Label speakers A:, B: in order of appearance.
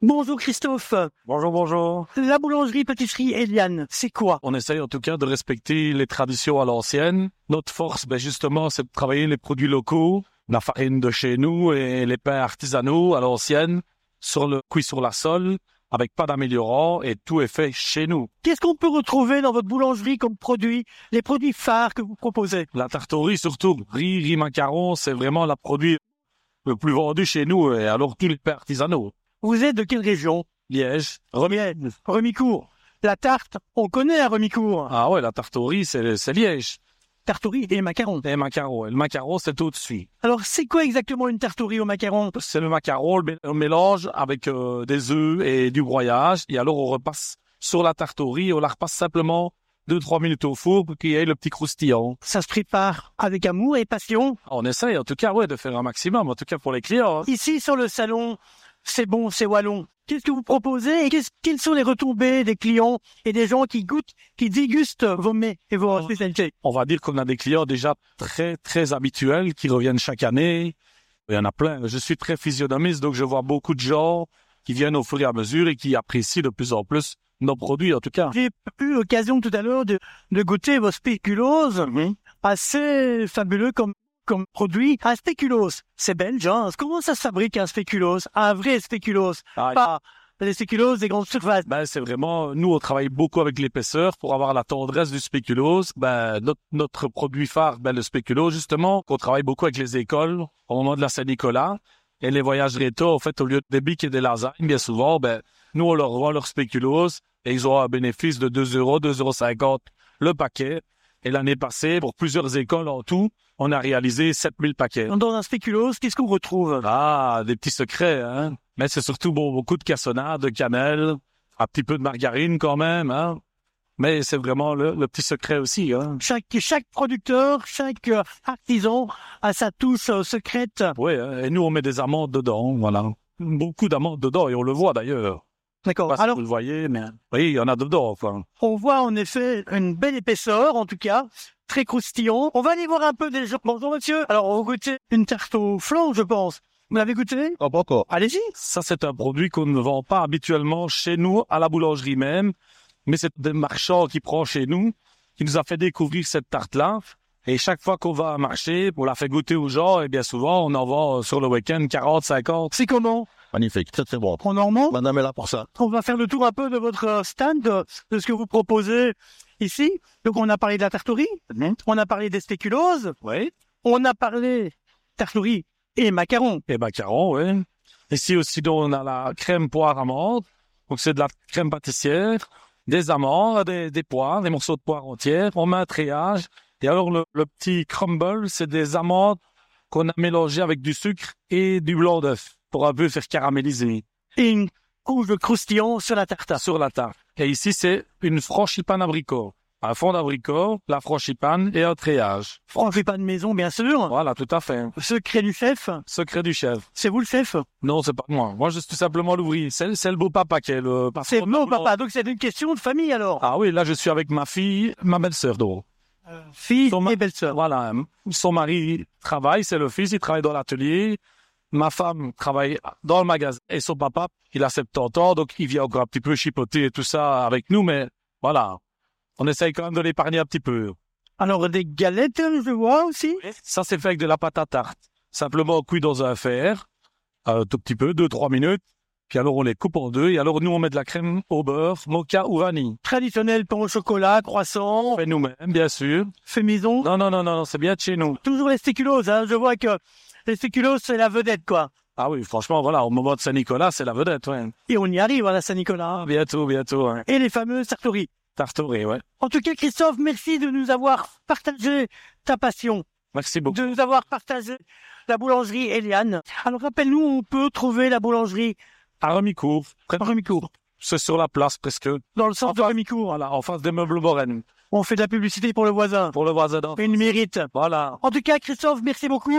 A: Bonjour Christophe.
B: Bonjour, bonjour.
A: La boulangerie pâtisserie Eliane, c'est quoi
B: On essaye en tout cas de respecter les traditions à l'ancienne. Notre force, ben justement, c'est de travailler les produits locaux, la farine de chez nous et les pains artisanaux à l'ancienne, sur le cuit sur la sole, avec pas d'améliorant et tout est fait chez nous.
A: Qu'est-ce qu'on peut retrouver dans votre boulangerie comme produits, les produits phares que vous proposez
B: La tarte au riz surtout, riz, riz macaron, c'est vraiment la produit le plus vendu chez nous et alors tous les pains artisanaux.
A: Vous êtes de quelle région
B: Liège,
A: Remienne, Remicourt. La tarte, on connaît à Remicourt.
B: ah ouais, la tarte au riz, c'est c'est Liège.
A: Tartorie et macaron.
B: Et macaron, et le macaron, c'est au-dessus.
A: Alors c'est quoi exactement une tartorie au macaron
B: C'est le macaron, le mé- le mélange avec euh, des œufs et du broyage. Et alors, on repasse sur la tarte au riz. On la repasse simplement 2-3 minutes au four pour qu'il y ait le petit croustillant.
A: Ça se prépare avec amour et passion.
B: On essaye, en tout cas, ouais, de faire un maximum, en tout cas pour les clients. hein.
A: Ici sur le salon, c'est bon, c'est wallon. Qu'est-ce que vous proposez et qu'est-ce- quelles sont les retombées des clients et des gens qui goûtent, qui dégustent vos mets et vos spécialités
B: On va dire qu'on a des clients déjà très, très habituels qui reviennent chaque année. Il y en a plein. Je suis très physionomiste, donc je vois beaucoup de gens qui viennent au fur et à mesure et qui apprécient de plus en plus nos produits, en tout cas.
A: J'ai eu l'occasion tout à l'heure de, de goûter vos spéculoses, assez fabuleux comme, comme produit. Un spéculose, c'est belge. Hein Comment ça se fabrique un spéculose Un vrai spéculose,
B: Ah,
A: pas les spéculoses des grandes surfaces.
B: Ben, c'est vraiment, nous, on travaille beaucoup avec l'épaisseur pour avoir la tendresse du spéculoos. Ben, notre, notre produit phare, ben, le spéculoos, justement, qu'on travaille beaucoup avec les écoles au moment de la Saint-Nicolas. Et les voyages réto, en fait, au lieu des biques et des lasagnes, bien souvent, ben, nous, on leur vend leur spéculoos et ils ont un bénéfice de 2 euros, 2,50 euros le paquet. Et l'année passée, pour plusieurs écoles en tout, on a réalisé 7000 paquets.
A: Dans un spéculose, qu'est-ce qu'on retrouve
B: Ah, des petits secrets, hein. Mais c'est surtout bon, beaucoup de cassonade, de cannelle, un petit peu de margarine quand même, hein. Mais c'est vraiment le, le petit secret aussi, hein.
A: chaque, chaque producteur, chaque euh, artisan a sa touche euh, secrète.
B: Oui, hein. et nous on met des amandes dedans, voilà. Beaucoup d'amandes dedans, et on le voit d'ailleurs.
A: D'accord.
B: Pas si
A: Alors,
B: vous le voyez, mais oui, il y en a dedans, quoi.
A: on voit en effet une belle épaisseur, en tout cas, très croustillant. On va aller voir un peu des gens. Bonjour monsieur. Alors, on va goûter une tarte au flan, je pense. Vous l'avez goûté
C: Ah, pas encore.
A: Allez-y.
B: Ça, c'est un produit qu'on ne vend pas habituellement chez nous, à la boulangerie même, mais c'est des marchands qui prend chez nous, qui nous a fait découvrir cette tarte-là. Et chaque fois qu'on va à un marché, on la fait goûter aux gens, et bien souvent, on en vend euh, sur le week-end 40, 50.
A: C'est comment
C: Magnifique, très très bon.
A: En normand
C: Madame est là pour ça.
A: On va faire le tour un peu de votre euh, stand, euh, de ce que vous proposez ici. Donc, on a parlé de la tartorie,
C: Mhm.
A: on a parlé des spéculoses,
B: Oui.
A: on a parlé tartorie et macarons.
B: Et macarons, oui. Ici aussi, donc, on a la crème poire amande. Donc, c'est de la crème pâtissière, des amandes, des, des poires, des morceaux de poire entières. On met un treillage. Et alors, le, le petit crumble, c'est des amandes qu'on a mélangées avec du sucre et du blanc d'œuf pour un peu faire caraméliser
A: et une couche de croustillant sur la tarte.
B: sur la tarte. Et ici, c'est une franchipane abricot. Un fond d'abricot, la franchipane et un treillage.
A: pas de maison, bien sûr.
B: Voilà, tout à fait.
A: Secret du chef,
B: Secret du chef.
A: c'est vous le chef
B: Non, c'est pas moi. Moi, je suis tout simplement l'ouvrier. C'est c'est le beau papa qui est le patron
A: C'est
B: de la
A: mon
B: boulangerie.
A: papa, donc c'est une question de famille alors.
B: Ah oui, là, je suis avec ma fille, ma belle-sœur, donc.
A: Fille
B: Ah. Son ma-
A: et belle-sœur.
B: Voilà. Son mari travaille, c'est le fils, il travaille dans l'atelier. Ma femme travaille dans le magasin. Et son papa, il a 70 ans, donc il vient encore un petit peu chipoter et tout ça avec nous, mais voilà. On essaye quand même de l'épargner un petit peu.
A: Alors des galettes, hein, je vois aussi.
B: Ça, c'est fait avec de la pâte à tarte. Simplement cuit dans un fer, un tout petit peu, deux, trois minutes. Puis alors, on les coupe en deux. Et alors, nous, on met de la crème au beurre, mocha ou vanille.
A: Traditionnel pain au chocolat, croissant,
B: On fait nous-mêmes, bien sûr.
A: fait maison.
B: Non, non, non, non, non, c'est bien de chez nous.
A: Toujours les spéculoses, hein. je vois que les spéculoses c'est la vedette quoi.
B: Ah oui, franchement, voilà, au moment de Saint-Nicolas, c'est la vedette, ouais.
A: Et on y arrive hein, à la Saint-Nicolas.
B: Bientôt, bientôt, hein.
A: Et les fameuses tartories.
B: Tartoré, ouais.
A: En tout cas Christophe, merci de nous avoir partagé ta passion.
B: Merci beaucoup.
A: de nous avoir partagé la boulangerie Eliane. Alors rappelle-nous où on peut trouver la boulangerie
B: À Remicourt, près-
A: à Remicourt,
B: c'est sur la place, presque.
A: dans le centre de Remicourt.
B: Voilà, en face des meubles Borène.
A: On fait de la publicité pour le voisin.
B: Pour le voisin d'en-
A: Il mérite.
B: Voilà.
A: En tout cas, Christophe, merci beaucoup.